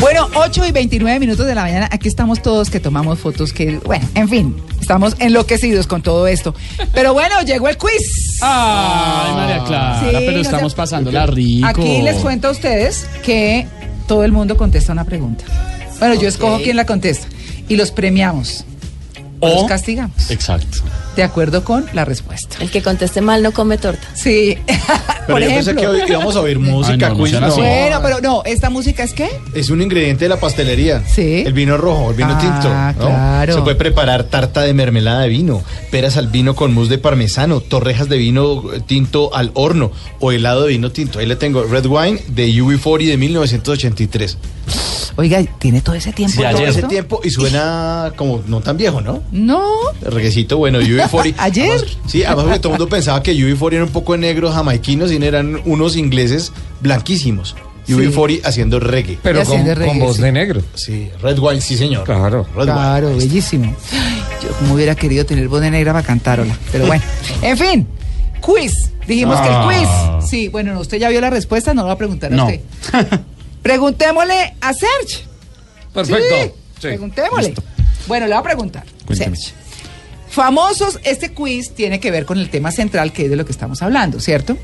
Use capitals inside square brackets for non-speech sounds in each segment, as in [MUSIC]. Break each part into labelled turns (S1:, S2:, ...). S1: Bueno, 8 y 29 minutos de la mañana. Aquí estamos todos que tomamos fotos, que, bueno, en fin, estamos enloquecidos con todo esto. Pero bueno, llegó el quiz.
S2: Ay, María Clara,
S1: Sí,
S2: pero
S1: no
S2: estamos
S1: sé.
S2: pasándola rico.
S1: Aquí les cuento a ustedes que todo el mundo contesta una pregunta. Bueno, yo escojo quién la contesta y los premiamos o
S2: O-
S1: los castigamos
S2: Exacto.
S1: de acuerdo con la respuesta.
S3: El que conteste mal no come torta.
S1: Sí. [LAUGHS]
S4: Pero
S1: Por
S4: yo pensé que
S1: ejemplo.
S4: hoy
S1: [LAUGHS]
S4: íbamos a oír música,
S2: no, no
S4: quiz,
S2: sean
S4: no.
S2: así.
S1: Bueno, pero no, esta música es qué?
S4: Es un ingrediente de la pastelería.
S1: Sí.
S4: El vino rojo, el vino
S1: Ah,
S4: tinto. ¿no?
S1: claro.
S4: Se puede preparar tarta de mermelada de vino, peras al vino con mousse de parmesano, torrejas de vino eh, tinto al horno o helado de vino tinto. Ahí le tengo Red Wine de UB40 de 1983.
S1: Oiga, tiene todo ese tiempo.
S2: Sí,
S1: todo
S2: ayer.
S4: Todo ese
S1: esto?
S4: tiempo y suena como no tan viejo, ¿no?
S1: No.
S4: Reguecito,
S2: [LAUGHS]
S4: bueno, UB40.
S1: ¿Ayer?
S4: Además- sí, además porque todo el mundo pensaba que UB40 eran un poco de negros jamaiquinos y eran unos ingleses blanquísimos. UB40 haciendo reggae.
S1: Y
S5: Pero con,
S1: haciendo
S5: con
S1: reggae,
S5: voz
S1: sí.
S5: de negro.
S4: Sí, Red Wine, sí, señor.
S5: Claro.
S4: Red
S1: Claro,
S4: Wine.
S1: bellísimo. Ay, Yo como hubiera querido tener voz de negra para cantárosla, pero
S2: [LAUGHS]
S1: bueno. En fin, quiz. Dijimos que el
S2: Ah.
S1: quiz. Sí, bueno, no, usted ya vio la respuesta, no lo va a preguntar
S2: No.
S1: a
S2: [LAUGHS]
S1: usted. Preguntémosle a Serge.
S5: Perfecto.
S1: Sí,
S5: Sí.
S1: Preguntémosle.
S5: Listo.
S1: Bueno, le voy a preguntar.
S5: Cuénteme.
S1: Serge. Famosos, este quiz tiene que ver con el tema central que es de lo que estamos hablando, ¿cierto?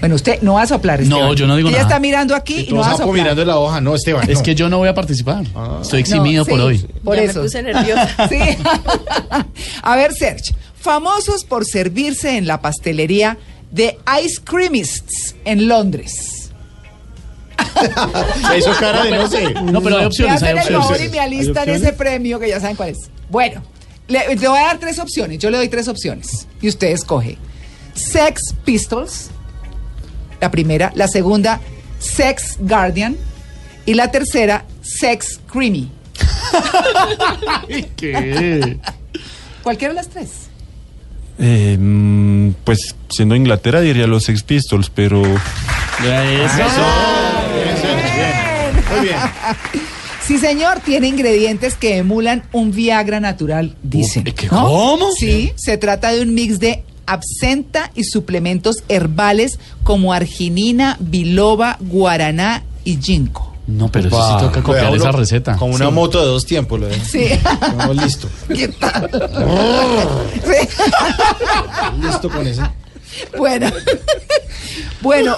S1: Bueno, usted no va a soplar.
S2: No, yo no digo
S1: Ella
S2: nada.
S1: está mirando aquí y, no
S4: Todo
S1: va a
S4: sapo
S1: soplar.
S4: mirando la hoja, no, Esteban.
S2: Es
S4: no. [LAUGHS]
S2: que yo no voy a participar. Estoy
S1: No,
S2: eximido
S1: sí,
S2: por hoy.
S1: Por
S3: Ya me
S1: eso. [LAUGHS]
S3: puse nerviosa.
S1: Sí. A ver, Serge. Famosos por servirse en la pastelería de Ice Creamists en Londres.
S4: Se hizo cara de no sé.
S2: No, pero hay
S1: Me
S2: opciones, hay
S1: hacen el favor y
S2: opciones.
S1: me alistan
S2: ¿Hay
S1: ese premio que ya saben cuál es. Bueno, le, le voy a dar tres opciones. Yo le doy tres opciones y usted escoge. Sex Pistols, la primera. La segunda, Sex Guardian. Y la tercera, Sex Creamy.
S2: [LAUGHS] ¿Qué?
S1: Cualquiera de las tres.
S6: Eh, mm, pues siendo Inglaterra diría los Sex Pistols, pero
S4: Muy bien.
S1: Sí, señor, tiene ingredientes que emulan un Viagra natural, dicen.
S2: ¿qué- cómo?
S1: Sí, se trata de un mix de absenta y suplementos herbales como arginina, biloba, guaraná y ginkgo.
S2: No, pero eso
S4: Va,
S2: sí toca
S4: lo
S2: copiar
S4: deja
S2: esa
S4: uno
S2: receta.
S4: Con una moto de dos tiempos, lo dejo.
S1: Sí. [LAUGHS]
S4: Estamos listo.
S1: ¿Qué tal?
S2: Oh.
S1: Sí.
S4: Listo con ese.
S1: Bueno. [LAUGHS] Bueno,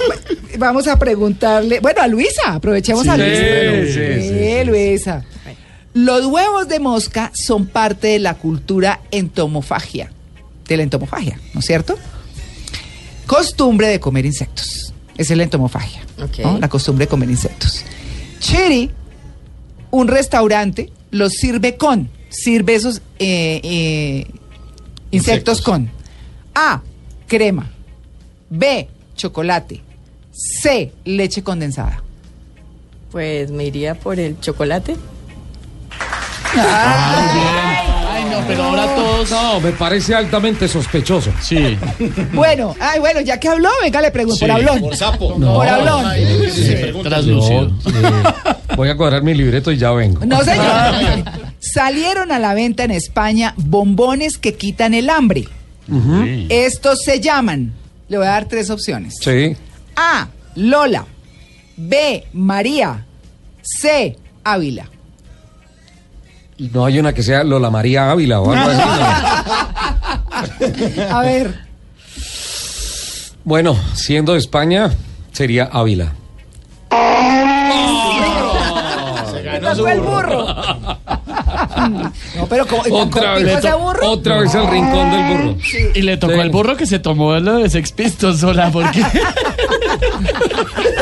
S1: vamos a preguntarle. Bueno, a Luisa, aprovechemos a Luisa.
S5: sí, sí,
S1: Sí,
S5: sí, sí.
S1: Luisa. Los huevos de mosca son parte de la cultura entomofagia, de la entomofagia, ¿no es cierto? Costumbre de comer insectos. Esa es la entomofagia,
S3: Ok.
S1: ¿no? la costumbre de comer insectos. Chiri, un restaurante, los sirve con, sirve esos eh, eh, insectos
S4: Insectos.
S1: con. A, crema. B, chocolate. C, leche condensada.
S3: Pues me iría por el chocolate.
S2: Ay, no, pero ahora todos.
S5: No, me parece altamente sospechoso.
S2: Sí.
S1: Bueno, ay, bueno, ya que habló, venga, le pregunto.
S2: Sí,
S1: por hablón.
S4: Por sapo.
S2: No.
S1: Por hablón.
S4: Ay, sí, sí,
S2: eh,
S4: pregunta.
S2: Traslúcido.
S5: eh, voy a cuadrar mi libreto y ya vengo.
S1: No, [LAUGHS] señor. Salieron a la venta en España bombones que quitan el hambre. Estos se llaman, le voy a dar tres opciones.
S5: Sí.
S1: A, Lola. B, María. C, Ávila.
S5: Y No hay una que sea Lola María Ávila o algo así.
S2: [LAUGHS]
S5: ¿no?
S1: A ver,
S5: Bueno, siendo de España, sería Ávila.
S1: no fue el burro. No, pero como
S5: Otra vez,
S1: ese burro? Eh,
S5: otra vez el rincón del burro.
S2: Y le tocó
S5: Sí.
S2: al burro que se tomó lo de Sex Pistols sola porque. [LAUGHS]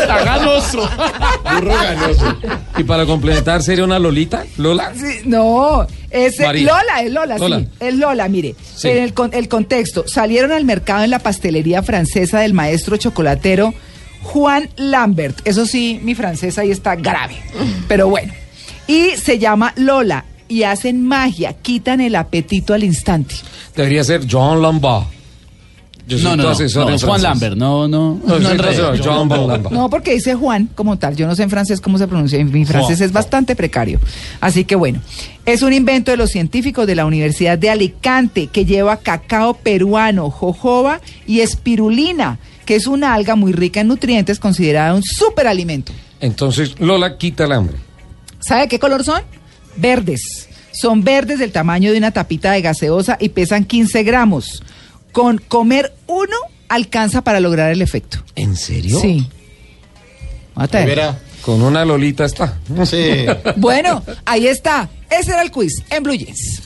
S2: Está ganoso.
S5: Y para complementar, sería una Lolita. Lola.
S1: Sí, no, es eh,
S5: María.
S1: Lola, es Lola,
S5: Lola.
S1: sí, es Lola, mire.
S5: Sí.
S1: En el, con- el contexto, salieron al mercado en la pastelería francesa del maestro chocolatero Juan Lambert. Eso sí, mi francesa ahí está grave, pero bueno. Y se llama Lola y hacen magia, quitan el apetito al instante.
S5: Debería ser John Lombard. Yo soy
S2: No, no,
S5: tu
S2: no,
S5: asesor
S2: no,
S5: en
S2: es Juan
S5: francés.
S2: Lambert, no, no.
S5: No,
S2: no
S5: soy tu
S2: enredes.
S5: asesor, John Lombard.
S1: No, porque dice Juan como tal. Yo no sé en francés cómo se pronuncia. Mi francés es bastante precario. Así que bueno, es un invento de los científicos de la Universidad de Alicante que lleva cacao peruano, jojoba y espirulina, que es una alga muy rica en nutrientes, considerada un superalimento.
S5: Entonces, Lola quita el hambre.
S1: ¿Sabe qué color son? Verdes. Son verdes del tamaño de una tapita de gaseosa y pesan 15 gramos. Con comer uno alcanza para lograr el efecto.
S5: ¿En serio?
S1: Sí. Mata.
S4: Rivera.
S5: Con una Lolita está.
S4: Sí.
S1: Bueno, ahí está. Ese era el quiz en Blue Jeans.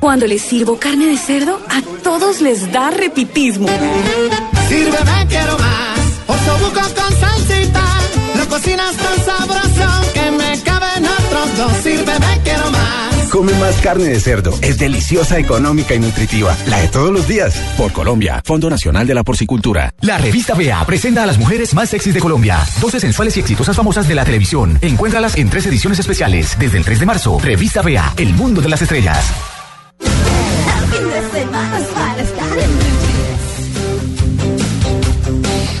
S7: Cuando les sirvo carne de cerdo, a todos les da repitismo.
S8: Sírveme, quiero más. Osobuco con salsita. Lo cocinas tan sabroso que me caben otros dos. Sírveme, quiero más.
S9: Come más carne de cerdo. Es deliciosa, económica y nutritiva. La de todos los días. Por Colombia, Fondo Nacional de la Porcicultura. La revista BEA presenta a las mujeres más sexys de Colombia. 12 sensuales y exitosas famosas de la televisión. Encuéntralas en tres ediciones especiales. Desde el 3 de marzo, Revista BEA, El Mundo de las Estrellas.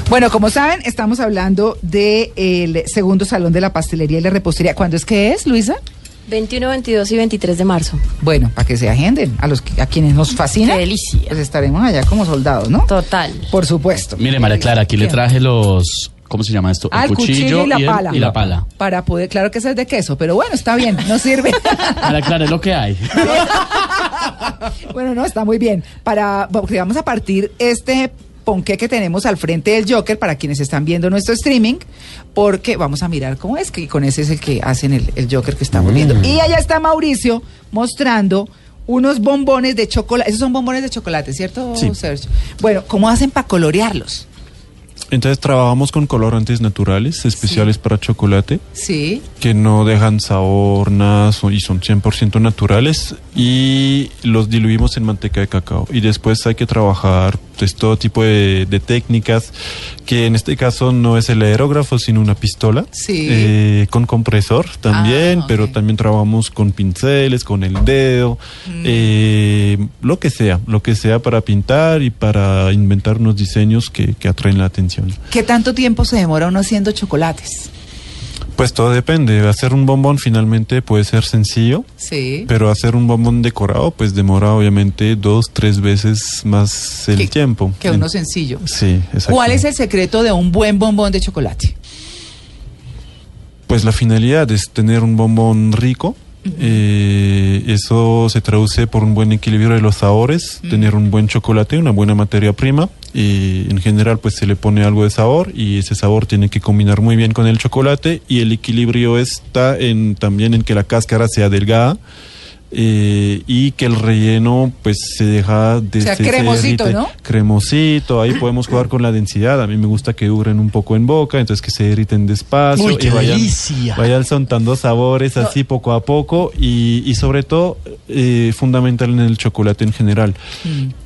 S1: Bueno, como saben, estamos hablando del segundo salón de la pastelería y la repostería. ¿Cuándo es que es, Luisa?
S3: 21, 22 y 23 de marzo.
S1: Bueno, para que se agenden a los que- a quienes nos fascina.
S3: Qué delicia.
S1: Pues estaremos allá como soldados, ¿no?
S3: Total.
S1: Por supuesto.
S2: Mire, María Clara, aquí le
S1: Bien.
S2: traje los. ¿Cómo se llama esto?
S1: Ah, el cuchillo, y la
S2: el-
S1: pala.
S2: y la pala.
S1: Para poder, claro que ese es de queso, pero bueno, está bien,
S3: [LAUGHS]
S1: no sirve.
S2: María Clara, es lo que hay.
S1: Bueno, no, está muy bien. Para, porque vamos a partir este ponqué que tenemos al frente del Joker para quienes están viendo nuestro streaming, porque vamos a mirar cómo es, que con ese es el que hacen el, el Joker que estamos viendo. Y allá está Mauricio mostrando unos bombones de chocolate. Esos son bombones de chocolate, ¿cierto,
S6: Sí.
S1: Sergio? Bueno, ¿cómo hacen para colorearlos?
S6: Entonces trabajamos con colorantes naturales, especiales para chocolate,
S1: Sí.
S6: que no dejan sabor, nada, son- y son 100% naturales, y los diluimos en manteca de cacao. Y después hay que trabajar pues, todo tipo de, de técnicas, que en este caso no es el aerógrafo, sino una pistola,
S1: Sí.
S6: eh, con compresor también,
S1: Ah, ok.
S6: pero también trabajamos con pinceles, con el dedo,
S1: Mm.
S6: eh, lo que sea, lo que sea para pintar y para inventar unos diseños que- que atraen la atención.
S1: ¿Qué tanto tiempo se demora uno haciendo chocolates?
S6: Pues todo depende. Hacer un bombón finalmente puede ser sencillo,
S1: Sí.
S6: pero hacer un bombón decorado pues demora obviamente dos, tres veces más el
S1: Que-
S6: tiempo.
S1: Que uno sencillo.
S6: Sí, exacto.
S1: ¿Cuál es el secreto de un buen bombón de chocolate?
S6: Pues la finalidad es tener un bombón rico. Eh, eso se traduce por un buen equilibrio de los sabores, tener un buen chocolate, una buena materia prima y en general pues se le pone algo de sabor y ese sabor tiene que combinar muy bien con el chocolate y el equilibrio está en también en que la cáscara sea delgada eh, y que el relleno pues se deja de
S1: O sea,
S6: se- se
S1: cremosito,
S6: derrite.
S1: ¿no?
S6: cremosito ahí podemos jugar con la densidad a mí me gusta que duren un poco en boca entonces que se derriten despacio
S2: Uy, qué
S6: y vayan,
S2: delicia.
S6: vayan soltando sabores así poco a poco y, y sobre todo eh, fundamental en el chocolate en general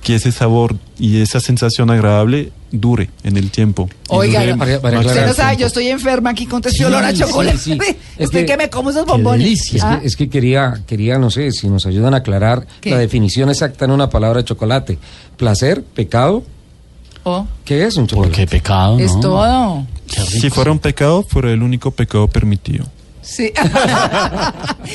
S6: que ese sabor y esa sensación agradable dure en el tiempo y
S1: Oiga,
S6: dure
S1: no-
S5: para- para
S6: más
S1: Usted
S5: aclarar
S1: no
S5: el
S1: sabe,
S6: tiempo.
S1: yo estoy enferma aquí con este
S5: Sí,
S1: olor a
S5: sí,
S1: chocolate.
S5: sí.
S1: [LAUGHS]
S5: Es
S1: Usted
S5: que-
S1: que me come esos
S2: qué
S1: bombones.
S2: delicia.
S1: Ah,
S5: Es que, es que quería, quería, no sé, si nos ayudan a aclarar
S1: ¿Qué?
S5: la definición exacta en una palabra de chocolate. Placer, pecado,
S1: oh,
S5: ¿qué es un
S2: Porque
S5: chocolate?
S2: pecado, ¿no?
S1: es todo.
S2: Qué rico.
S6: si fuera un pecado fuera el único pecado permitido
S1: Sí. [LAUGHS]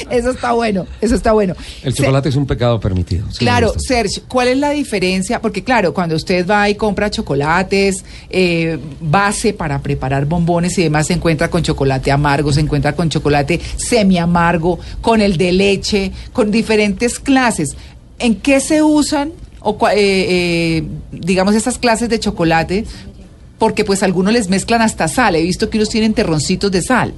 S1: eso está bueno, eso está bueno.
S5: El
S1: Se-
S5: chocolate es un pecado permitido. sí Pues me
S1: Claro,
S5: gusta.
S1: Sergio, ¿cuál es la diferencia? Porque claro, cuando usted va y compra chocolates, eh, base para preparar bombones y demás, se encuentra con chocolate amargo, se encuentra con chocolate semi amargo, con el de leche, con diferentes clases. ¿En qué se usan, o, cua- eh, eh, digamos, esas clases de chocolate? Porque pues algunos les mezclan hasta sal. He visto que unos tienen terroncitos de sal.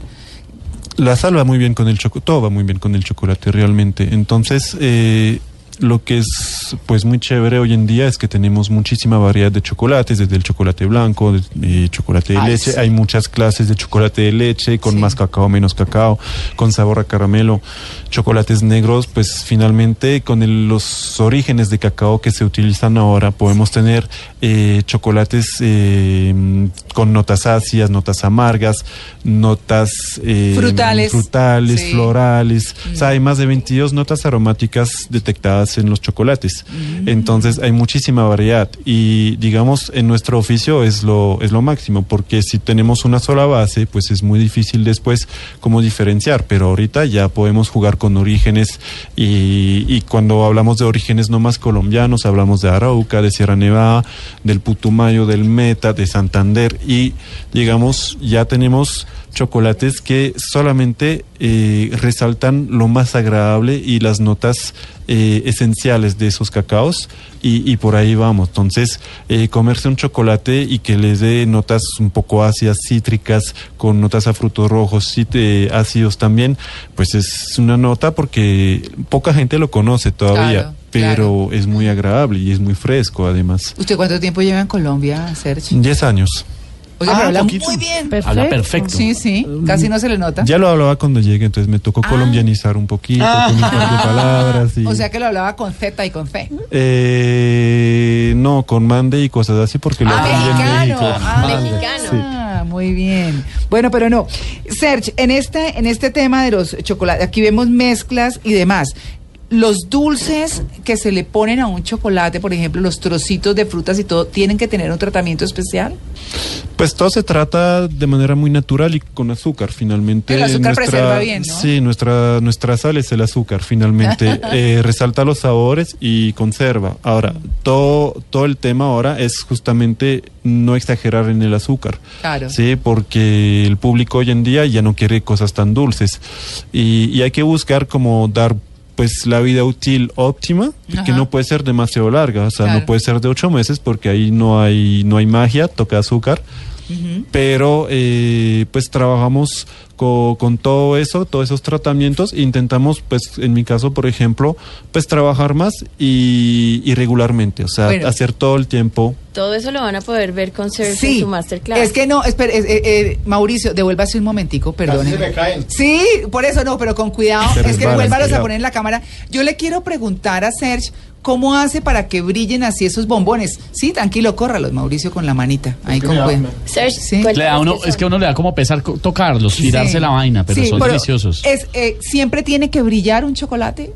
S6: La sal va muy bien con el chocolate, todo va muy bien con el chocolate realmente. Entonces, eh, lo que es pues muy chévere hoy en día es que tenemos muchísima variedad de chocolates, desde el chocolate blanco, de- eh, chocolate de
S10: Ay,
S6: leche,
S10: sí.
S6: hay muchas clases de chocolate de leche, con más cacao, menos cacao, con sabor a caramelo, chocolates negros, pues finalmente con el- los orígenes de cacao que se utilizan ahora podemos tener eh, chocolates eh, con notas ácidas, notas amargas, notas... eh,
S1: Frutales.
S6: frutales,
S1: Sí. Mm.
S6: florales. O sea, hay más de 22 notas aromáticas detectadas en los chocolates.
S1: Mm.
S6: Entonces, hay muchísima variedad. Y digamos, en nuestro oficio es lo, es lo máximo, porque si tenemos una sola base, pues es muy difícil después cómo diferenciar. Pero ahorita ya podemos jugar con orígenes. Y, y cuando hablamos de orígenes no más colombianos, hablamos de Arauca, de Sierra Nevada, del Putumayo, del Meta, de Santander. Y digamos, ya tenemos chocolates que solamente eh, resaltan lo más agradable y las notas eh, esenciales de esos cacaos y, y por ahí vamos. Entonces, eh, comerse un chocolate y que les dé notas un poco ácidas, cítricas, con notas a frutos rojos, cít- eh, ácidos también, pues es una nota porque poca gente lo conoce todavía,
S1: Claro,
S6: pero es muy agradable y es muy fresco además.
S1: ¿Usted cuánto tiempo lleva en Colombia, Sergio?
S6: 10 años.
S1: Oiga,
S6: Ah,
S1: pero habla
S6: poquito.
S1: muy bien.
S6: Habla perfecto.
S1: Sí, sí, casi no se le nota.
S6: Ya lo hablaba cuando llegué, entonces me tocó colombianizar un poquito, con un par de palabras y...
S1: Ah. [LAUGHS] O sea que lo hablaba con Z y con C.
S6: Eh, no, con mande y cosas así porque lo
S1: Ah,
S6: aprendí en
S1: mexicano.
S6: México.
S1: Ah, mexicano. Ah, muy bien. Bueno, pero no. Serge, en este, en este tema de los chocolates, aquí vemos mezclas y demás. Los dulces que se le ponen a un chocolate, por ejemplo, los trocitos de frutas y todo, ¿tienen que tener un tratamiento especial?
S6: Pues todo se trata de manera muy natural y con azúcar finalmente.
S1: El azúcar preserva bien, ¿no?
S6: Sí, nuestra, nuestra sal es el
S1: [LAUGHS]
S6: azúcar finalmente. Eh, resalta los sabores y conserva. Ahora, todo, todo el tema ahora es justamente no exagerar en el azúcar.
S1: Claro.
S6: Sí, porque el público hoy en día ya no quiere cosas tan dulces. Y, y hay que buscar como dar pues la vida útil óptima, que
S10: Ajá.
S6: no puede ser demasiado larga, o sea,
S10: Claro.
S6: no puede ser de ocho meses porque ahí no hay, no hay magia, toca azúcar pero eh, pues trabajamos co- con todo eso, todos esos tratamientos, e intentamos pues en mi caso por ejemplo pues trabajar más y, y regularmente, o sea,
S3: Bueno.
S6: hacer todo el tiempo.
S3: Todo eso lo van a poder ver con Sergio en su masterclass.
S1: Es que no, espere, eh, eh, eh, Mauricio, devuélvase un momentico, perdone.
S4: se me caen.
S1: Sí, por eso no, pero con cuidado,
S4: Se
S1: es que
S4: resbalan,
S1: vuélvalos a
S4: cuidado.
S1: poner en la cámara. Yo le quiero preguntar a Serge cómo hace para que brillen así esos bombones. Sí, tranquilo, córralos, Mauricio, con la manita. Ahí con cuidado.
S3: Serge,
S2: Le da uno, es que a uno le da como pesar co- tocarlos, tirarse
S1: Pues, Sí.
S2: la vaina, pero
S1: Sí,
S2: son deliciosos.
S1: Es, eh, ¿Siempre tiene que brillar un chocolate?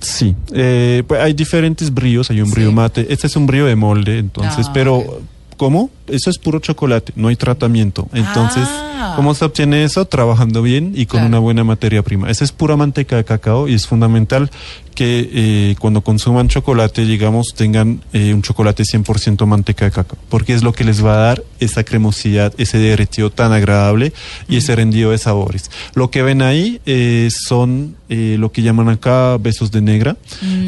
S6: Sí, eh, pues hay diferentes brillos, hay un brillo mate, este es un brillo de molde, entonces,
S1: Ah,
S6: pero ¿cómo? Eso es puro chocolate, no hay tratamiento, entonces,
S10: Ah.
S6: ¿cómo se obtiene eso? Trabajando bien y con
S10: Claro.
S6: una buena materia prima. Esa es pura manteca de cacao y es fundamental que eh, cuando consuman chocolate, digamos, tengan eh, un chocolate 100% manteca de cacao, porque es lo que les va a dar esa cremosidad, ese derretido tan agradable y ese rendido de sabores. Lo que ven ahí eh, son eh, lo que llaman acá besos de negra,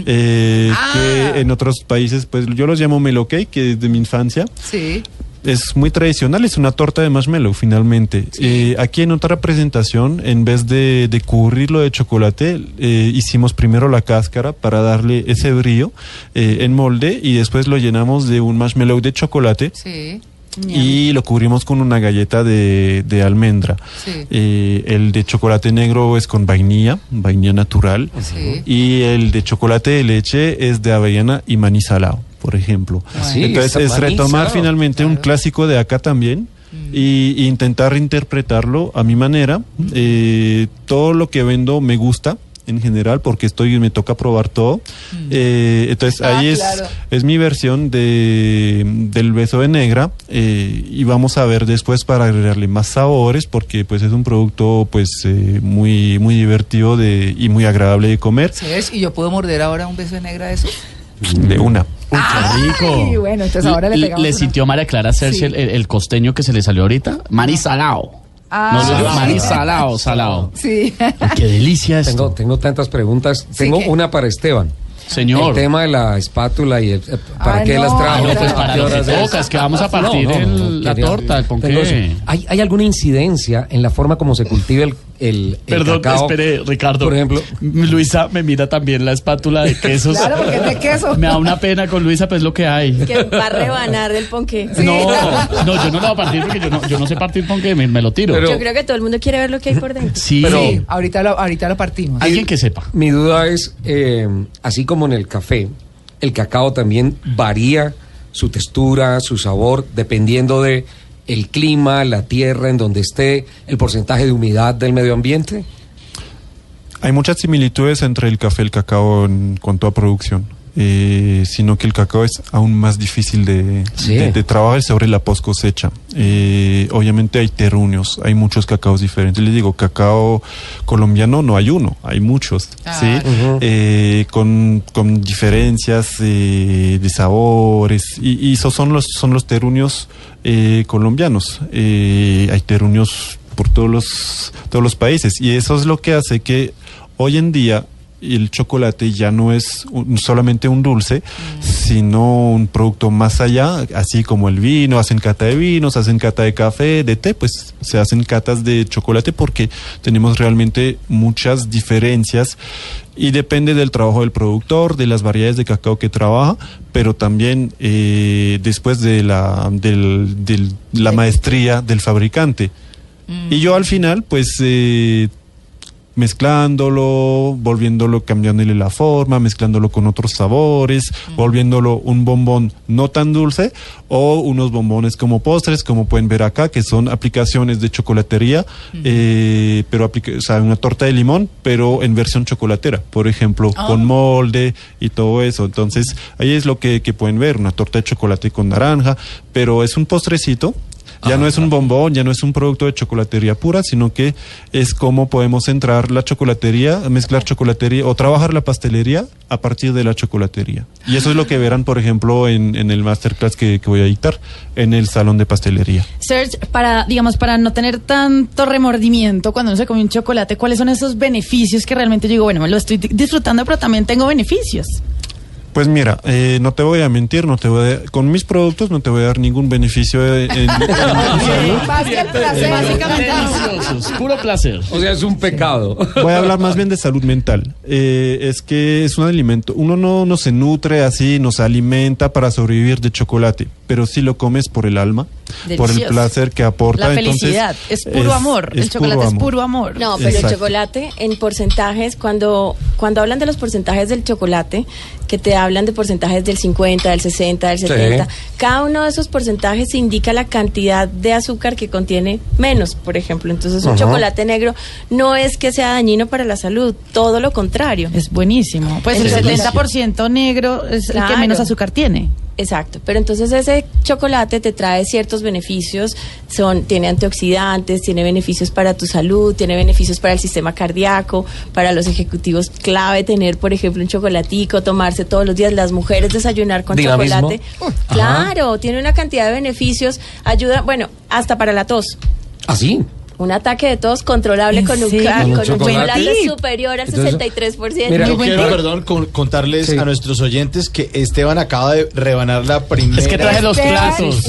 S6: eh, que en otros países, pues yo los llamo melo cake, que es de mi infancia
S1: Sí.
S6: es muy tradicional, es una torta de marshmallow finalmente. Eh, aquí en otra presentación, en vez de, de cubrirlo de chocolate, eh, hicimos primero la cáscara para darle ese brillo eh, en molde y después lo llenamos de un marshmallow de chocolate
S1: Sí.
S6: y lo cubrimos con una galleta de, de almendra.
S1: Sí.
S6: Eh, el de chocolate negro es con vainilla, vainilla natural.
S1: Sí.
S6: Y el de chocolate de leche es de avellana y maní salado, por ejemplo.
S10: Ah, sí,
S6: Entonces
S10: está
S6: es
S10: maní
S6: retomar
S10: salado.
S6: Ah, finalmente un clásico de acá también.
S10: Mm.
S6: Y, y intentar reinterpretarlo a mi manera. Eh, todo lo que vendo me gusta en general porque estoy me toca probar todo. Eh, entonces
S10: Mm. Ah,
S6: ahí es,
S10: claro.
S6: es mi versión de, del beso de negra eh, y vamos a ver después para agregarle más sabores porque pues es un producto pues eh, muy muy divertido de, y muy agradable de comer
S1: ¿Sabes? ¿Y yo puedo morder ahora un beso de negra de eso?
S6: de una.
S1: Y bueno, entonces ahora le pegamos. una-
S2: sintió María Clara hacerse el, el- el costeño que se le salió ahorita. Maní salao.
S1: Ah,
S2: no, no,
S5: sí.
S2: maní salao, salao.
S1: Sí.
S2: Qué delicia esto.
S5: Tengo, tengo tantas preguntas. Tengo
S1: ¿qué?
S5: una para Esteban.
S2: Señor.
S5: El tema de la espátula y el, eh, ¿Para
S2: Ah,
S5: qué
S2: no,
S5: las trajo?
S2: no, pues para
S5: ¿Qué
S2: lo que
S5: horas
S2: toca, es que vamos a partir el- la
S5: quería-
S2: torta, ¿con
S5: Tengo
S2: qué?
S5: eso. ¿Hay, ¿Hay alguna incidencia en la forma como se cultiva el, el, el
S2: Perdón,
S5: cacao?
S2: espere, Ricardo.
S5: Por ejemplo,
S2: Luisa me mira también la espátula
S1: [LAUGHS]
S2: de quesos.
S3: Claro, porque es de queso.
S2: Me da una pena con Luisa, pues es lo que hay.
S3: [LAUGHS] Que va a rebanar el ponqué.
S2: [LAUGHS] No, no, yo no lo voy a partir porque yo no, yo no sé partir ponqué, me, me lo tiro.
S3: Yo creo que todo el mundo quiere ver lo que hay por dentro.
S2: Sí.
S1: Sí, ahorita lo, ahorita lo partimos.
S2: Alguien que sepa.
S5: mi duda es, eh, así como en el café, el cacao también varía su textura, su sabor, dependiendo de el clima, la tierra en donde esté, el porcentaje de humedad del medio ambiente.
S6: Hay muchas similitudes entre el café y el cacao en cuanto a producción, eh, sino que el cacao es aún más difícil de,
S5: Sí.
S6: de- de trabajar sobre la post cosecha. Eh, obviamente hay terruños, hay muchos cacaos diferentes. Les digo, cacao colombiano no hay uno, hay muchos, ¿sí? Eh, con, con diferencias eh, de sabores, y, y esos son los, son los terruños eh, colombianos. Eh, hay terruños por todos los, todos los países. Y eso es lo que hace que hoy en día el chocolate ya no es un- solamente un dulce, sino un producto más allá, así como el vino, hacen cata de vinos, hacen cata de café, de té, pues se hacen catas de chocolate porque tenemos realmente muchas diferencias y depende del trabajo del productor, de las variedades de cacao que trabaja, pero también eh, después de la, del- del- la maestría del fabricante. Y yo al final, pues... eh, mezclándolo, volviéndolo, cambiándole la forma, mezclándolo con otros sabores, volviéndolo un bombón no tan dulce o unos bombones como postres, como pueden ver acá, que son aplicaciones de chocolatería, eh, pero aplica- o sea, una torta de limón, pero en versión chocolatera, por ejemplo, con molde y todo eso. Entonces, ahí es lo que, que pueden ver, una torta de chocolate con naranja, pero es un postrecito ya no es un bombón, ya no es un producto de chocolatería pura, sino que es cómo podemos entrar la chocolatería, mezclar chocolatería o trabajar la pastelería a partir de la chocolatería. Y eso es lo que verán, por ejemplo, en, en el masterclass que, que voy a dictar en el salón de pastelería.
S11: Serge, para, digamos, para no tener tanto remordimiento cuando uno se come un chocolate, ¿cuáles son esos beneficios que realmente yo digo, bueno, me lo estoy di- disfrutando, pero también tengo beneficios?
S6: Pues mira, eh, no te voy a mentir, no te voy a- con mis productos no te voy a dar ningún beneficio de- en- en salud.
S1: Más que el placer.
S2: Básicamente deliciosos, puro placer.
S5: O sea, es un pecado.
S6: Voy a hablar más bien de salud mental. Eh, es que es un alimento. Uno no, no se nutre así, no se alimenta para sobrevivir de chocolate, pero si lo comes por el alma, por el
S11: Delicioso.
S6: placer que aporta.
S11: La
S6: entonces,
S11: felicidad, es puro amor, el chocolate es puro amor.
S3: No, pero
S6: Exacto.
S3: el chocolate en porcentajes, cuando, cuando hablan de los porcentajes del chocolate, que te hablan de porcentajes del 50, del 60, del
S12: Sí.
S3: 70, cada uno de esos porcentajes indica la cantidad de azúcar que contiene menos, por ejemplo. Entonces, un
S11: Ajá.
S3: chocolate negro no es que sea dañino para la salud, todo lo contrario.
S11: Es buenísimo. Pues el 70% negro es el que
S3: Claro.
S11: menos azúcar tiene.
S3: Exacto, pero entonces ese chocolate te trae ciertos beneficios, son tiene antioxidantes, tiene beneficios para tu salud, tiene beneficios para el sistema cardíaco, para los ejecutivos clave tener, por ejemplo, un chocolatico, tomarse todos los días, las mujeres desayunar con
S12: Dinamismo.
S3: chocolate. Claro, tiene una cantidad de beneficios, ayuda, bueno, hasta para la tos.
S5: Así.
S3: Un ataque de tos controlable con un,
S5: serio?
S3: ca-
S5: Con un
S3: con un
S5: chocolate.
S3: chocolate superior al
S4: Entonces,
S3: 63%.
S4: Mira, yo quiero, perdón, con- contarles a nuestros oyentes que Esteban acaba de rebanar la primera.
S2: Es que traje los platos.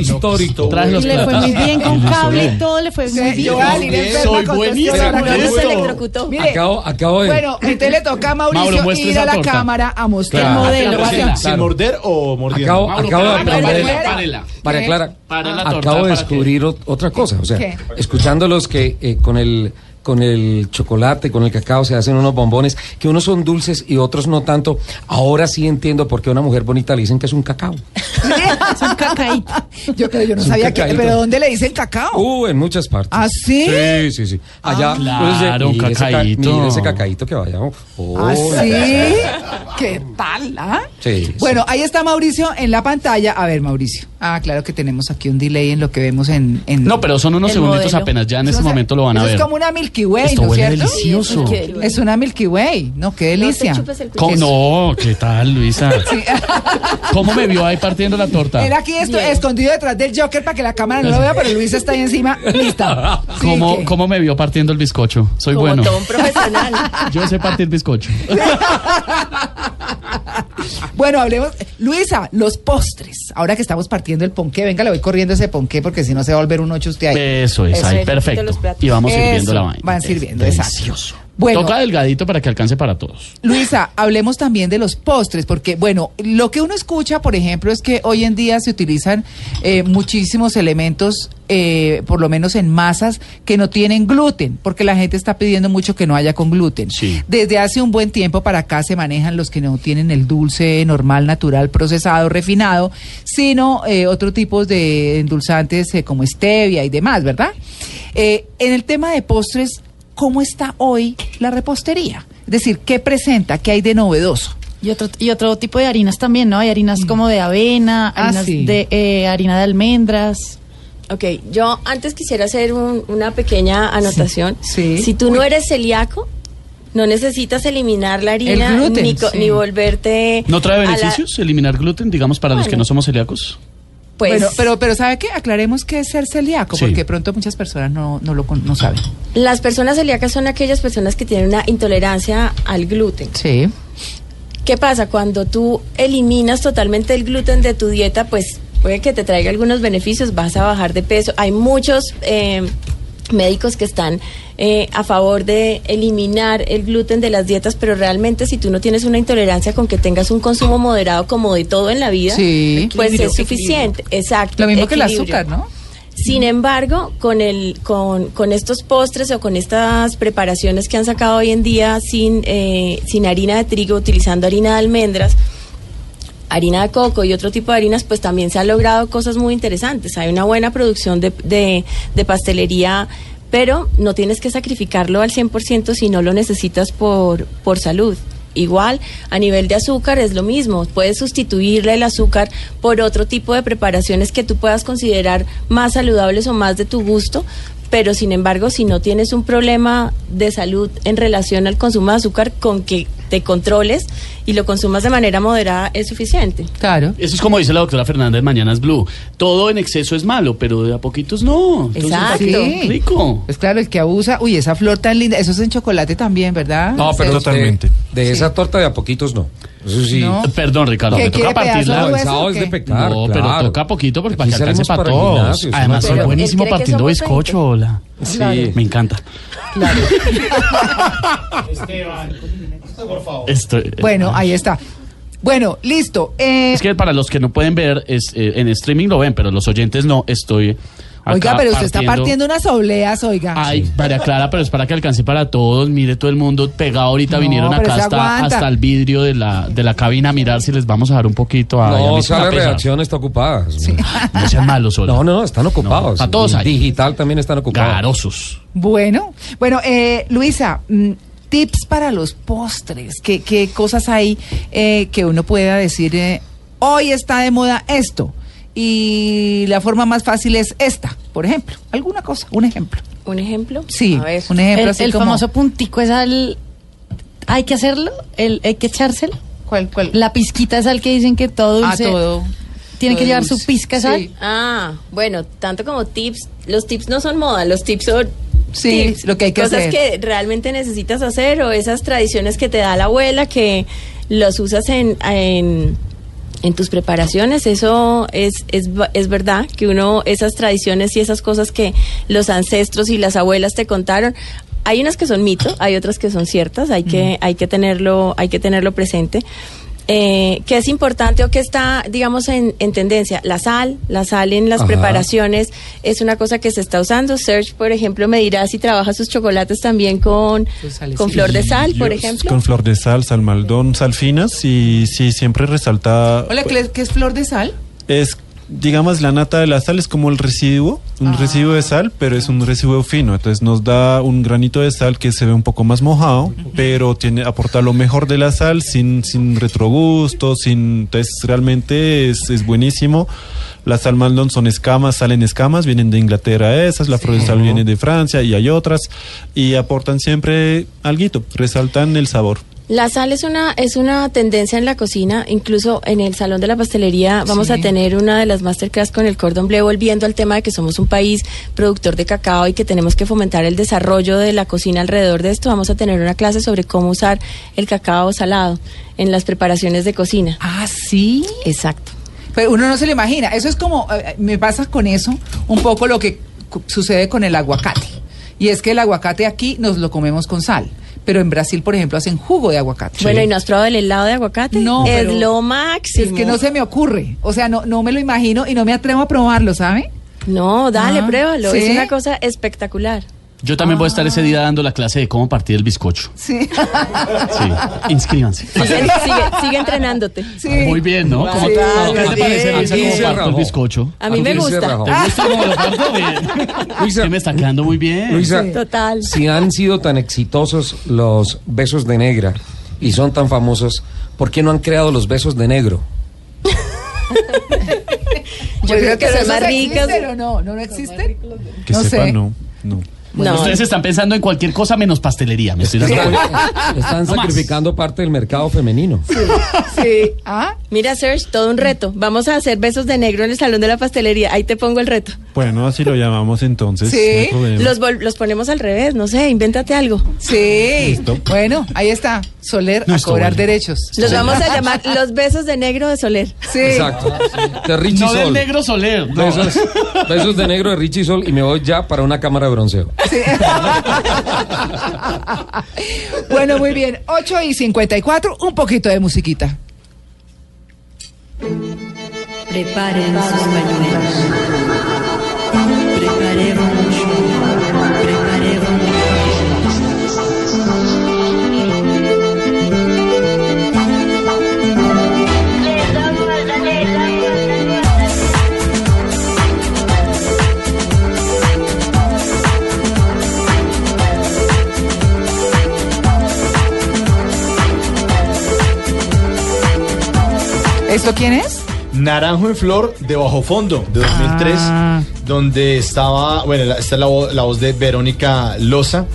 S4: Histórico.
S2: Traje los
S11: Le fue
S2: platos.
S11: muy bien
S5: [LAUGHS]
S11: con cable y todo, le fue muy bien.
S1: Yo, Ali, de enferma,
S2: Soy
S1: con
S2: buenísimo.
S1: testículo, la
S2: Buenísimo.
S1: cabeza Mire,
S5: Acabo, acabo de.
S1: Bueno, entonces le toca a Mauricio
S5: Mauro, muestra
S1: ir
S5: esa
S1: a la
S5: torta.
S1: cámara a mostrar
S5: Claro.
S1: el modelo.
S5: Claro,
S1: Vaya. [LAUGHS]
S5: claro.
S4: Ah, ¿Sin morder o mordiendo?
S5: Acabo,
S4: Mauro,
S5: acabo de
S4: párela,
S5: aprender.
S4: párela,
S2: párela.
S5: María
S2: ¿Qué?
S5: Clara,
S2: Párela, torta,
S5: acabo de
S2: ¿para
S5: descubrir ot- otra cosa. O sea,
S2: ¿Qué?
S5: escuchándolos que eh, con el con el chocolate, con el cacao se hacen unos bombones que unos son dulces y otros
S1: [LAUGHS]
S5: no tanto. Ahora sí entiendo por qué a una mujer bonita le dicen que es un cacao.
S11: Son cacaíta.
S1: ¿Eh? Yo, pero yo no
S5: Es un
S1: sabía que.
S5: cacaíto.
S1: ¿Pero dónde le dice el cacao?
S5: Uh, en muchas partes.
S1: ¿Ah, sí? Ah,
S5: Sí, sí, sí. Allá. entonces,
S2: Claro,
S5: mire ese ca-
S2: cacaíto.
S5: mire ese cacaíto que vaya. oh, oh.
S1: ¿Ah, sí? ¿Qué tal, ah?
S5: Sí,
S1: Bueno, ahí está Mauricio en la pantalla. A ver, Mauricio. Ah, claro que tenemos aquí un delay en lo que vemos en. en-
S2: No, pero son unos El segunditos modelo. apenas, ya en
S1: Eso
S2: ese
S1: es-
S2: momento lo van a
S1: eso
S2: ver.
S1: Es como una Milky Way,
S2: Esto
S1: ¿no es
S2: huele
S1: cierto?
S2: delicioso.
S1: Sí, es, es una Milky Way, ¿no? Qué delicia.
S2: ¿Cómo- No, ¿qué tal, Luisa?
S1: [LAUGHS]
S2: ¿Cómo me vio ahí partiendo la torta?
S1: Era aquí esto, escondido detrás del Joker para que la cámara no lo vea, pero Luis está ahí encima. Lista.
S2: [LAUGHS] ¿Cómo, ¿Cómo me vio partiendo el bizcocho? Soy bueno.
S1: profesional.
S2: Yo sé
S1: [LAUGHS]
S2: partir bizcocho.
S1: Bueno, hablemos. Luisa, los postres. Ahora que estamos partiendo el ponqué, venga, le voy corriendo ese ponqué porque si no se va a volver un ocho usted ahí.
S2: Eso es, ahí, perfecto. Y vamos
S1: Eso,
S2: sirviendo la vaina.
S1: Van sirviendo, exacto.
S2: Delicioso.
S1: Bueno.
S2: Toca delgadito para que alcance para todos.
S1: Luisa, hablemos también de los postres, porque bueno, lo que uno escucha, por ejemplo, es que hoy en día se utilizan eh, muchísimos elementos, eh, por lo menos en masas, que no tienen gluten, porque la gente está pidiendo mucho que no haya con gluten. Desde hace un buen tiempo para acá se manejan los que no tienen el dulce normal, natural, procesado, refinado, sino eh, otro tipo de endulzantes eh, como stevia y demás, ¿verdad? Eh, en el tema de postres, ¿cómo está hoy la repostería? Es decir, ¿qué presenta? ¿Qué hay de novedoso?
S11: Y otro, y otro tipo de harinas también, ¿no? Hay harinas
S2: Mm.
S11: como de avena,
S3: Ah,
S11: harinas
S3: sí.
S11: de eh, harina de almendras.
S3: Ok, yo antes quisiera hacer un- una pequeña anotación. Si tú no eres celíaco, no necesitas eliminar la harina
S2: El gluten,
S3: ni, co-
S2: sí.
S3: ni volverte.
S2: ¿No trae
S3: a la-
S2: beneficios eliminar gluten, digamos, para los que no somos celíacos?
S3: Pues-
S1: Bueno, pero, pero ¿sabe qué? Aclaremos qué es ser celíaco,
S2: Sí.
S1: porque pronto muchas personas no, no lo con- no saben.
S3: Las personas celíacas son aquellas personas que tienen una intolerancia al gluten.
S1: Sí.
S3: ¿Qué pasa? Cuando tú eliminas totalmente el gluten de tu dieta, pues puede que te traiga algunos beneficios, vas a bajar de peso. Hay muchos eh, médicos que están eh, a favor de eliminar el gluten de las dietas, pero realmente si tú no tienes una intolerancia con que tengas un consumo moderado como de todo en la vida,
S1: Sí.
S3: pues
S1: Equilibrio,
S3: es suficiente. Exacto.
S1: Lo mismo que el
S3: equilibrio.
S1: azúcar, ¿no?
S3: Sin embargo, con, el, con, con estos postres o con estas preparaciones que han sacado hoy en día sin, eh, sin harina de trigo, utilizando harina de almendras, harina de coco y otro tipo de harinas, pues también se han logrado cosas muy interesantes. Hay una buena producción de, de- de pastelería, pero no tienes que sacrificarlo al 100% si no lo necesitas por, por salud. Igual, a nivel de azúcar es lo mismo. Puedes sustituirle el azúcar por otro tipo de preparaciones que tú puedas considerar más saludables o más de tu gusto, pero sin embargo, si no tienes un problema de salud en relación al consumo de azúcar, con que te controles y lo consumas de manera moderada es suficiente.
S1: Claro.
S2: Eso es como dice la doctora Fernández, mañana es blue. Todo en exceso es malo, pero de a poquitos no. Entonces,
S3: Exacto.
S2: qué Rico.
S1: Pues claro, el que abusa. Uy, esa flor tan linda. Eso es en chocolate también, ¿verdad?
S5: No, pero
S1: Ustedes-
S5: totalmente. De, esa torta de a poquitos no. Eso sí.
S1: No.
S2: Perdón, Ricardo,
S1: ¿Qué
S2: me toca
S1: quiere, pedazo de
S2: partirla.
S1: hueso o qué?
S2: no, pero toca poquito porque para
S5: Aquí
S2: que alcance para
S5: salimos para el
S2: todos.
S5: gimnasio,
S2: Además,
S5: somos
S2: soy
S5: todos.
S2: buenísimo
S5: Él cree que
S2: partiendo
S5: somos
S2: bizcocho, hola. Sí. Me encanta. [LAUGHS] Estoy- eh,
S1: Bueno, ahí está. Bueno, listo. Eh,
S2: Es que para los que no pueden ver, es, eh, en streaming lo ven, pero los oyentes no, estoy. acá
S1: oiga, pero usted está partiendo unas obleas, oiga.
S2: Ay, María Clara, pero es para que alcance para todos. Mire, todo el mundo pegado ahorita
S1: No,
S2: vinieron
S1: pero
S2: acá
S1: se
S2: hasta,
S1: aguanta.
S2: hasta el vidrio de la, de la cabina a mirar si les vamos a dar un poquito a.
S5: No,
S2: a mí
S5: o
S2: sí me
S5: sea, la
S2: pesa.
S5: redacción está ocupada.
S2: No sean malos,
S5: No, no, están ocupados.
S2: para todos
S5: Y
S2: hay.
S5: Digital también están ocupados.
S2: Garosos.
S1: Bueno, bueno, eh, Luisa, mm, tips para los postres. ¿Qué, qué cosas hay eh, que uno pueda decir? eh, hoy está de moda esto. Y la forma más fácil es esta, por ejemplo. ¿Alguna cosa? Un ejemplo.
S3: ¿Un ejemplo?
S1: Sí,
S3: A ver.
S1: un ejemplo
S11: el
S1: así
S11: el
S1: como-
S11: famoso puntico es al... ¿Hay que hacerlo? El, ¿Hay que echárselo?
S1: ¿Cuál, cuál?
S11: La pizquita es al que dicen que todo
S3: Ah,
S11: dulce...
S3: todo.
S11: Tiene que llevar su
S3: dulce.
S11: pizca de sal.
S3: Ah, bueno, tanto como tips, los tips no son moda, los tips son
S1: Sí,
S3: tips,
S1: lo que hay que
S3: cosas
S1: hacer.
S3: que realmente necesitas hacer o esas tradiciones que te da la abuela que los usas en, en, en tus preparaciones, eso es, es, va- es verdad, que uno, esas tradiciones y esas cosas que los ancestros y las abuelas te contaron, hay unas que son mitos, hay otras que son ciertas, hay que, hay que tenerlo, hay que tenerlo presente. Eh, ¿Qué es importante o qué está, digamos, en, en tendencia? La sal, la sal en las
S10: Ajá.
S3: preparaciones es una cosa que se está usando. Serge, por ejemplo, me dirá si trabaja sus chocolates también con, con flor de sal, por
S6: Yo-
S3: ejemplo.
S6: Con flor de sal, sal maldón, sal finas y sí, siempre resalta...
S1: Hola, ¿qué es- ¿qué es flor de sal?
S6: Es digamos, la nata de la sal es como el residuo, un
S1: Ah.
S6: residuo de sal, pero es un residuo fino. Entonces nos da un granito de sal que se ve un poco más mojado, pero tiene aporta lo mejor de la sal sin, sin retrogusto, sin, entonces realmente es, es buenísimo. Las sal Maldon son escamas, salen escamas, vienen de Inglaterra esas, la provençal viene de Francia y hay otras, y aportan siempre alguito, resaltan el sabor.
S3: La sal es una, es una tendencia en la cocina, incluso en el salón de la pastelería vamos a tener una de las masterclass con el cordón bleu, volviendo al tema de que somos un país productor de cacao y que tenemos que fomentar el desarrollo de la cocina alrededor de esto. Vamos a tener una clase sobre cómo usar el cacao salado en las preparaciones de cocina.
S1: Ah, sí.
S3: Exacto.
S1: Pero uno no se lo imagina. Eso es como, eh, me pasa con eso un poco lo que cu- sucede con el aguacate. Y es que el aguacate aquí nos lo comemos con sal. Pero en Brasil, por ejemplo, hacen jugo de aguacate.
S3: Bueno, ¿y no has probado el helado de aguacate?
S1: No,
S3: Es
S1: pero-
S3: lo máximo.
S1: Es que no se me ocurre. O sea, no, no me lo imagino y no me atrevo a probarlo, ¿sabe?
S3: No, dale,
S1: Ah,
S3: pruébalo.
S1: ¿sí?
S3: Es una cosa espectacular.
S2: Yo también voy a estar ese día dando la clase de cómo partir el bizcocho. [LAUGHS]
S1: Sí.
S2: Sí,
S3: [LAUGHS]
S2: inscríbanse.
S3: Sigue, sigue entrenándote.
S2: Muy bien, ¿no? ¿Cómo,
S3: Sí,
S2: te- cómo
S3: claro.
S2: te parece,
S3: Bien,
S2: Luisa,
S3: bien.
S2: cómo parto el
S5: Rajó.
S2: bizcocho?
S3: A mí me
S5: Luisa
S3: gusta. Ah,
S5: Rajó.
S2: ¿Te gusta cómo lo parto? Bien. Que me está quedando muy bien.
S5: Luisa,
S3: Total.
S5: si han sido tan exitosos los besos de negra y son tan famosos, ¿por qué no han creado los besos de negro?
S3: Yo creo que
S1: pero
S3: son
S1: eso
S3: más
S1: sí
S3: ricas.
S1: existe, ¿o no, no, no existe.
S6: Que
S1: No
S6: sepa,
S1: sé.
S6: no, no.
S2: Bueno,
S3: No.
S2: ustedes están pensando en cualquier cosa menos pastelería. Me estoy dando [LAUGHS]
S5: Están,
S2: cuenta.
S5: están
S2: No más.
S5: sacrificando parte del mercado femenino.
S1: Sí. Ah,
S3: Mira, Serge, todo un reto. Vamos a hacer besos de negro en el salón de la pastelería. Ahí te pongo el reto.
S6: Bueno, así lo llamamos entonces.
S1: Sí.
S6: no hay problema.
S3: Los, vol- los ponemos al revés, no sé, invéntate algo.
S1: sí.
S6: Listo.
S1: Bueno, ahí está. Soler
S2: No
S1: a
S2: estuvo
S1: cobrar
S2: bueno.
S1: derechos.
S3: Los vamos a llamar los besos de negro de Soler.
S1: Sí.
S5: Exacto. De Richie
S2: No del
S5: Sol.
S2: negro soler. No.
S5: Besos, besos de negro de Richie Sol y me voy ya para una cámara de bronceo.
S1: Sí. bueno, muy bien. 8 y 54, un poquito de musiquita.
S10: Preparen sus pañuelos. Preparemos.
S1: ¿Esto quién es?
S4: Naranjo en Flor de Bajo Fondo de 2003,
S2: Ah.
S4: donde estaba, bueno, la- está la, vo- la voz de Verónica Loza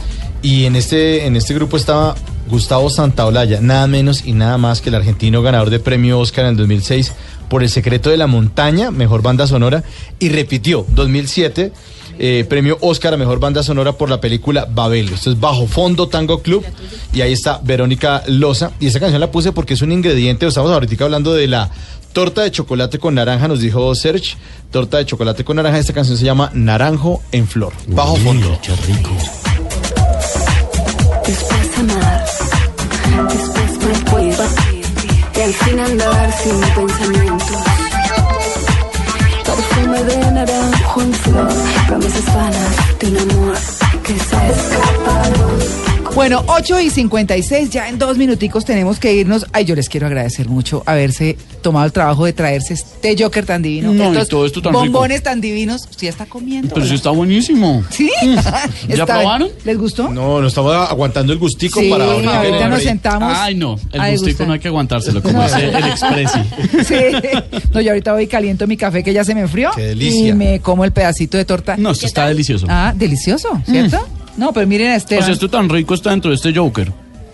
S4: y en este, en este grupo estaba Gustavo Santaolalla, nada menos y nada más que el argentino ganador de premio Oscar en el 2006 por El secreto de la montaña, mejor banda sonora, y repitió 2007 eh, premio Oscar a mejor banda sonora por la película Babel. Esto es Bajo Fondo Tango Club. Y ahí está Verónica Loza. Y esa canción la puse porque es un ingrediente. Estamos ahorita hablando de la torta de chocolate con naranja, nos dijo Serge. Torta de chocolate con naranja. Esta canción se llama Naranjo en Flor. Bajo Fondo.
S7: Después amar, después me cuerpo y al fin andar sin pensamientos. Perfume de naranjo en flor, promesas vanas de un amor que se ha escapado.
S1: Bueno, 8 y 56, ya en dos minuticos tenemos que irnos. Ay, yo les quiero agradecer mucho haberse tomado el trabajo de traerse este Joker tan divino.
S2: No, y todo esto tan rico.
S1: bombones tan divinos. Usted ya está comiendo.
S2: Pero sí
S1: ¿verdad?
S2: está buenísimo.
S1: ¿Sí?
S2: ¿Ya
S1: Está-
S2: probaron?
S1: ¿Les gustó?
S4: No, nos estamos aguantando el gustico
S1: Sí,
S4: para ahorita.
S1: ahorita
S4: que-
S1: nos sentamos.
S2: Ay, no.
S1: Ay,
S2: El gustico
S1: Gustavo.
S2: no hay que aguantárselo, como
S1: [LAUGHS] No.
S2: dice el expresi.
S1: [LAUGHS] Sí. No, yo ahorita voy y caliento mi café que ya se me enfrió.
S4: Qué delicia.
S1: Y me como el pedacito de torta.
S2: No, esto está delicioso.
S1: Ah, delicioso, ¿cierto?
S4: Mm.
S1: No, pero miren a este.
S2: O sea, esto tan rico está dentro de este Joker.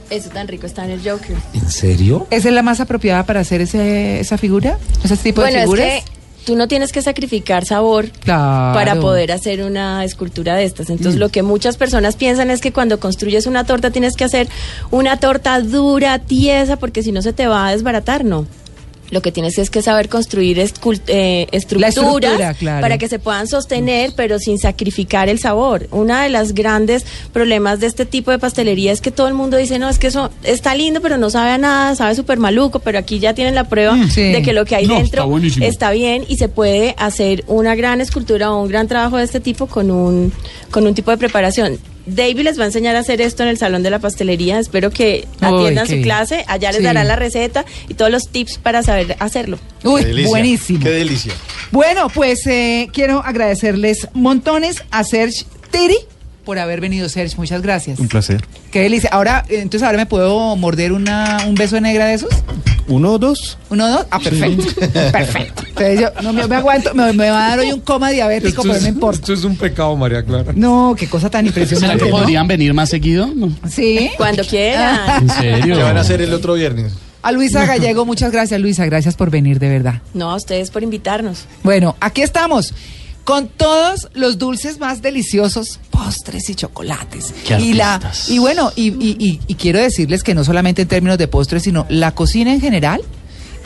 S3: Eso tan rico está en el Joker.
S5: ¿En serio?
S1: ¿Esa es la más apropiada para hacer ese, esa figura? ¿Ese tipo
S3: Bueno,
S1: de
S3: es
S1: figuras?
S3: que tú no tienes que sacrificar sabor
S1: Claro. Mm.
S3: para poder hacer una escultura de estas. Entonces, lo que muchas personas piensan es que cuando construyes una torta tienes que hacer una torta dura, tiesa, porque si no se te va a desbaratar, no. Lo que tienes es que saber construir escul- eh,
S1: La
S3: estructuras
S1: estructura, claro.
S3: para que se puedan
S1: Mm.
S3: sostener, pero sin sacrificar el sabor. Una de las grandes problemas de este tipo de pastelería es que todo el mundo dice, no, es que eso está lindo, pero no sabe a nada, sabe súper maluco, pero aquí ya tienen la prueba
S1: Sí.
S3: de que lo que hay
S2: Mm. No, está
S3: dentro
S2: buenísimo.
S3: está bien y se puede hacer una gran escultura o un gran trabajo de este tipo con un, con un tipo de preparación. David les va a enseñar a hacer esto en el salón de la pastelería. Espero que
S1: Uy,
S3: atiendan
S1: qué
S3: su
S1: bien.
S3: clase. Allá les
S1: Sí.
S3: dará la receta y todos los tips para saber hacerlo.
S1: Uy,
S4: Qué delicia,
S1: buenísimo.
S4: Qué delicia.
S1: Bueno, pues eh, quiero agradecerles montones a Serge Tiri por haber venido, Serge. Muchas gracias.
S6: Un placer.
S1: Qué delicia. Ahora, eh, entonces ahora me puedo morder una, un beso de negra de esos.
S6: ¿Uno o dos?
S1: Uno, dos. Ah, perfecto. [LAUGHS] Perfecto. Entonces yo no me, me aguanto, me, me va a dar hoy un coma diabético, pero no importa.
S5: esto es un pecado, María Clara.
S1: No, qué cosa tan impresionante. ¿no?
S2: ¿Podrían venir más seguido? No.
S1: Sí.
S3: Cuando quieran.
S1: Ah.
S2: ¿En serio?
S4: ¿Qué van a hacer el otro viernes?
S1: A [LAUGHS] Luisa Gallego, muchas gracias, Luisa. Gracias por venir, de verdad.
S3: No, a ustedes por invitarnos.
S1: Bueno, aquí estamos con todos los dulces más deliciosos, postres y chocolates.
S2: Qué
S1: y la
S2: artistas.
S1: y bueno, y, y- y- y quiero decirles que no solamente en términos de postres, sino la cocina en general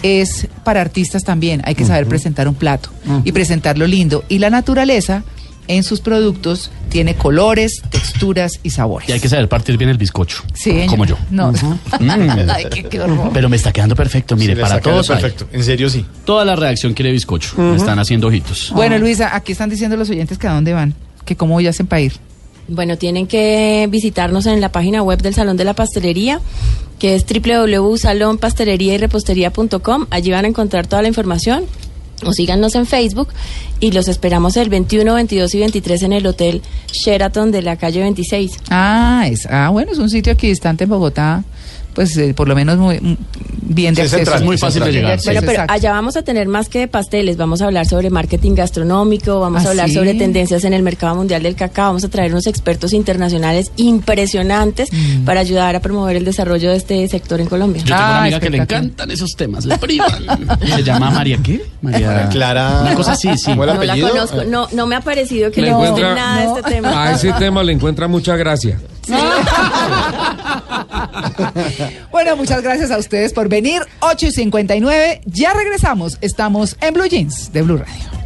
S1: es para artistas también. Hay que saber presentar un plato y presentarlo lindo. Y la naturaleza en sus productos tiene colores, texturas y sabores.
S2: Y hay que saber partir bien el bizcocho.
S1: Sí, señor.
S2: Como yo.
S1: No. [LAUGHS]
S2: Mm.
S1: Ay,
S4: [LAUGHS]
S1: qué, qué horror.
S2: Pero me está quedando perfecto, mire,
S4: Sí, le
S2: para
S4: sacaron
S2: todos. hay.
S4: Perfecto, en serio sí.
S2: Toda la reacción quiere bizcocho. Me están haciendo ojitos.
S1: Bueno, Luisa, aquí están diciendo los oyentes que a dónde van, que cómo hacen para ir.
S3: Bueno, tienen que visitarnos en la página web del Salón de la Pastelería, que es www.salonpastelería y repostería.com. Allí van a encontrar toda la información. O síganos en Facebook y los esperamos el 21, 22 y 23 en el Hotel Sheraton de la calle 26.
S1: Ah, es, ah, bueno, es un sitio aquí distante en Bogotá, pues eh, por lo menos muy mm, bien de
S4: Sí, es
S1: acceso.
S4: central,
S2: muy fácil de
S4: central.
S2: llegar, sí.
S3: Bueno, pero
S1: Exacto.
S3: allá vamos a tener más que pasteles, vamos a hablar sobre marketing gastronómico, vamos
S1: ¿Ah,
S3: a hablar
S1: sí?
S3: sobre tendencias en el mercado mundial del cacao, vamos a traer unos expertos internacionales impresionantes para ayudar a promover el desarrollo de este sector en Colombia.
S2: Yo tengo
S1: Ah,
S2: una amiga que le
S1: espectacular.
S2: encantan esos temas, le
S1: [LAUGHS]
S2: privan. Se llama María, ¿qué? María
S4: María Clara.
S2: Una cosa así, sí.
S4: ¿Cómo era?
S3: no la
S4: apellido?
S3: conozco, no, no me ha parecido que
S5: Le
S3: le guste
S5: encuentra-
S3: nada de
S1: no.
S3: este tema.
S5: A ese tema le encuentra mucha gracia.
S1: Bueno, muchas gracias a ustedes por venir. 8 y 59, ya regresamos. Estamos en Blue Jeans de Blue Radio.